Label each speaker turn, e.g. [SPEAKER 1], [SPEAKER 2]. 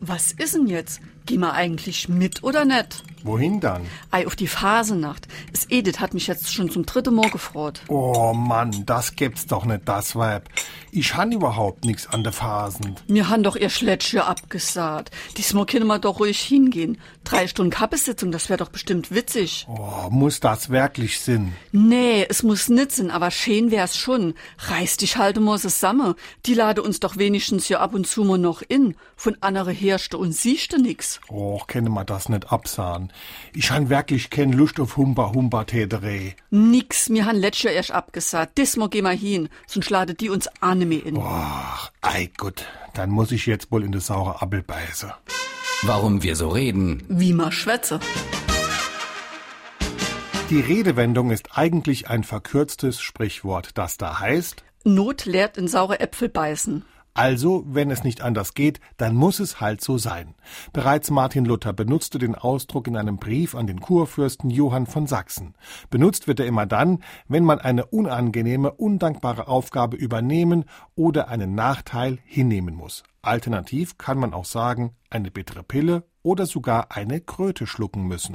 [SPEAKER 1] Was ist denn jetzt? Geh mal eigentlich mit oder nicht?
[SPEAKER 2] Wohin dann?
[SPEAKER 1] Ei, auf die Phasenacht. Es Edith hat mich jetzt schon zum dritten Mal gefreut.
[SPEAKER 2] Oh Mann, das gibt's doch nicht, das Weib. Ich han überhaupt nix an der Phasen.
[SPEAKER 1] Mir han doch ihr Schlettsche abgesaht. Diesmal können wir doch ruhig hingehen. Drei Stunden Kappesitzung, das wär doch bestimmt witzig.
[SPEAKER 2] Oh, muss das wirklich Sinn?
[SPEAKER 1] Nee, es muss nit sein, aber schön wär's schon. Reiß dich halt mal zusammen. Die lade uns doch wenigstens ja ab und zu mal noch in. Von andere herrschte und siechte nix.
[SPEAKER 2] Oh, kenne man das nicht absahen. Ich han wirklich kein Lust auf Humba Humba Täterei.
[SPEAKER 1] Nix, mir han letztes Jahr erst abgesagt. Diesmal gehen wir hin, sonst lade die uns Anime in.
[SPEAKER 2] Ach, ei gut, dann muss ich jetzt wohl in die saure Appel beißen.
[SPEAKER 3] Warum wir so reden.
[SPEAKER 1] Wie man schwätze.
[SPEAKER 2] Die Redewendung ist eigentlich ein verkürztes Sprichwort, das da heißt,
[SPEAKER 1] Not lehrt in saure Äpfel beißen.
[SPEAKER 2] also, wenn es nicht anders geht, dann muss es halt so sein. Bereits Martin Luther benutzte den Ausdruck in einem Brief an den Kurfürsten Johann von Sachsen. Benutzt wird er immer dann, wenn man eine unangenehme, undankbare Aufgabe übernehmen oder einen Nachteil hinnehmen muss. Alternativ kann man auch sagen, eine bittere Pille oder sogar eine Kröte schlucken müssen.